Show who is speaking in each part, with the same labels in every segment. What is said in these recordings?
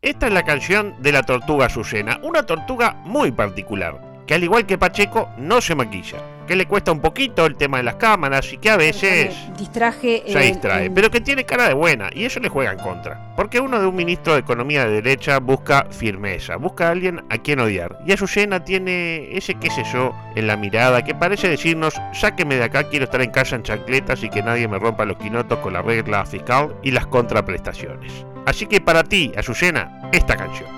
Speaker 1: Esta es la canción de la tortuga Azucena, una tortuga muy particular, que al igual que Pacheco no se maquilla, que le cuesta un poquito el tema de las cámaras y que a veces
Speaker 2: Me Distraje. eh, em,
Speaker 1: se
Speaker 2: en-
Speaker 1: distrae,
Speaker 2: en-
Speaker 1: pero que tiene cara de buena y eso le juega en contra, porque uno de un ministro de Economía de derecha busca firmeza, busca a alguien a quien odiar, y Azucena tiene ese qué sé yo en la mirada que parece decirnos, sáqueme de acá, quiero estar en casa en chancletas y que nadie me rompa los quinotos con la regla fiscal y las contraprestaciones. Así que para ti, Azucena, esta canción.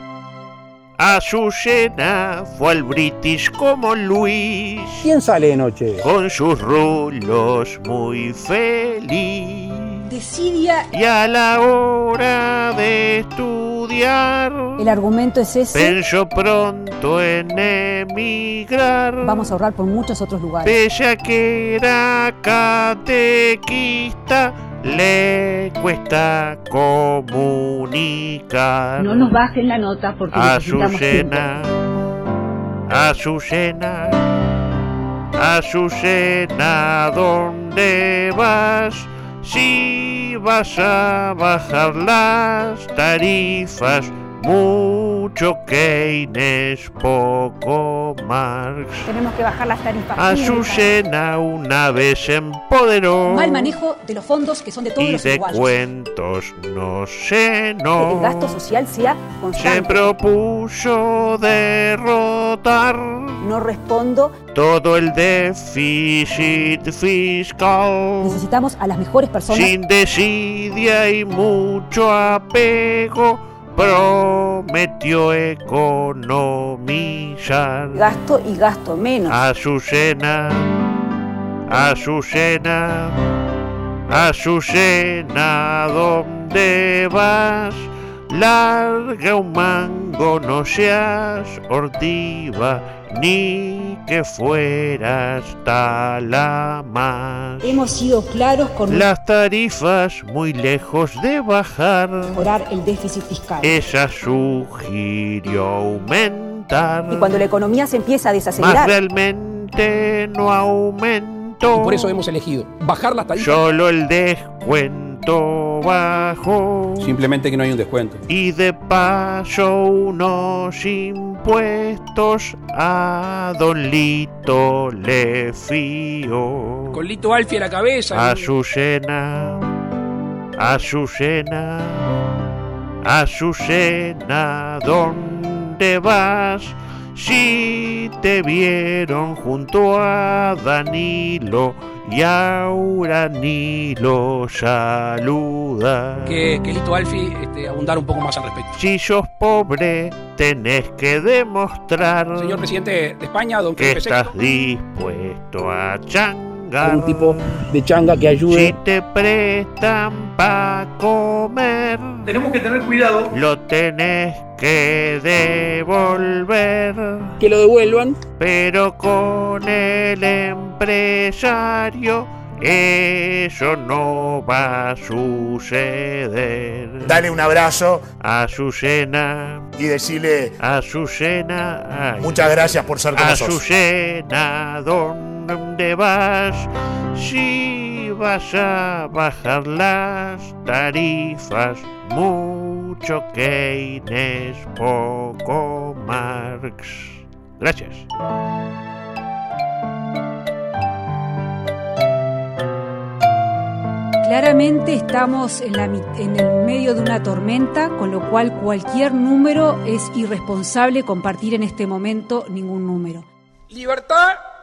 Speaker 1: Azucena fue al British como Luis
Speaker 3: ¿Quién sale de noche?
Speaker 1: con sus rulos muy feliz.
Speaker 2: Decidia.
Speaker 1: Y a la hora de estudiar,
Speaker 2: El argumento es ese.
Speaker 1: pensó pronto en emigrar.
Speaker 2: Vamos a ahorrar por muchos otros lugares.
Speaker 1: Pese a que era catequista, le cuesta comunicar.
Speaker 4: No nos bajen la nota porque necesitamos tiempo.
Speaker 1: Azucena, Azucena, Azucena, ¿dónde vas? Si vas a bajar las tarifas, mucho Keynes, poco Marx.
Speaker 5: Tenemos que bajar las tarifas.
Speaker 1: Azucena una vez se empoderó
Speaker 2: Mal manejo de los fondos que son de todos
Speaker 1: y
Speaker 2: los
Speaker 1: de
Speaker 2: uruguayos.
Speaker 1: cuentos no se no.
Speaker 5: Que el gasto social sea
Speaker 1: Se
Speaker 5: constante.
Speaker 1: propuso derrotar
Speaker 5: No respondo
Speaker 1: todo el déficit fiscal
Speaker 2: Necesitamos a las mejores personas.
Speaker 1: sin desidia y mucho apego. Prometió economizar.
Speaker 5: gasto y gasto menos.
Speaker 1: Ah. Azucena, Azucena, Azucena, ¿dónde vas? Larga un mango, no seas ortiva, ni que fueras talamás.
Speaker 2: Hemos sido claros con
Speaker 1: Las tarifas muy lejos de bajar,
Speaker 2: mejorar el déficit fiscal.
Speaker 1: esa sugirió aumentar.
Speaker 5: Y cuando la economía se empieza a
Speaker 1: Más
Speaker 5: desacelerar,
Speaker 1: realmente no aumentó.
Speaker 6: Y por eso hemos elegido bajar las tarifas.
Speaker 1: Solo el descuento bajó.
Speaker 3: Simplemente que no hay un descuento.
Speaker 1: Y de paso unos impuestos a Don Lito le fío.
Speaker 6: Con Lito Alfi a la
Speaker 3: Ah,
Speaker 6: cabeza.
Speaker 1: Azucena, Azucena, Azucena, ¿dónde vas? Si te vieron junto a Danilo y ahora ni lo saluda.
Speaker 6: que, que Lito Alfi este, abundar un poco más al respecto.
Speaker 1: Si sos pobre, tenés que demostrar
Speaker 6: Señor presidente de España, don
Speaker 1: que
Speaker 6: Felipe
Speaker 1: estás
Speaker 6: VI.
Speaker 1: dispuesto a changar.
Speaker 3: Un tipo de changa que ayude.
Speaker 1: Si te prestan pa' comer,
Speaker 7: Tenemos que tener cuidado
Speaker 1: lo tenés que devolver.
Speaker 3: Que lo devuelvan.
Speaker 1: Pero con el empresario, eso no va a suceder.
Speaker 8: Dale un abrazo
Speaker 1: Azucena,
Speaker 8: y decirle
Speaker 1: Azucena. ay.
Speaker 8: muchas gracias por ser con nosotros.
Speaker 1: Azucena, ¿dónde vas? Si vas a bajar las tarifas, mucho Keynes, poco Marx. Gracias.
Speaker 2: Claramente estamos en, la mit- en el medio de una tormenta, con lo cual cualquier número es irresponsable compartir en este momento ningún número.
Speaker 6: Libertad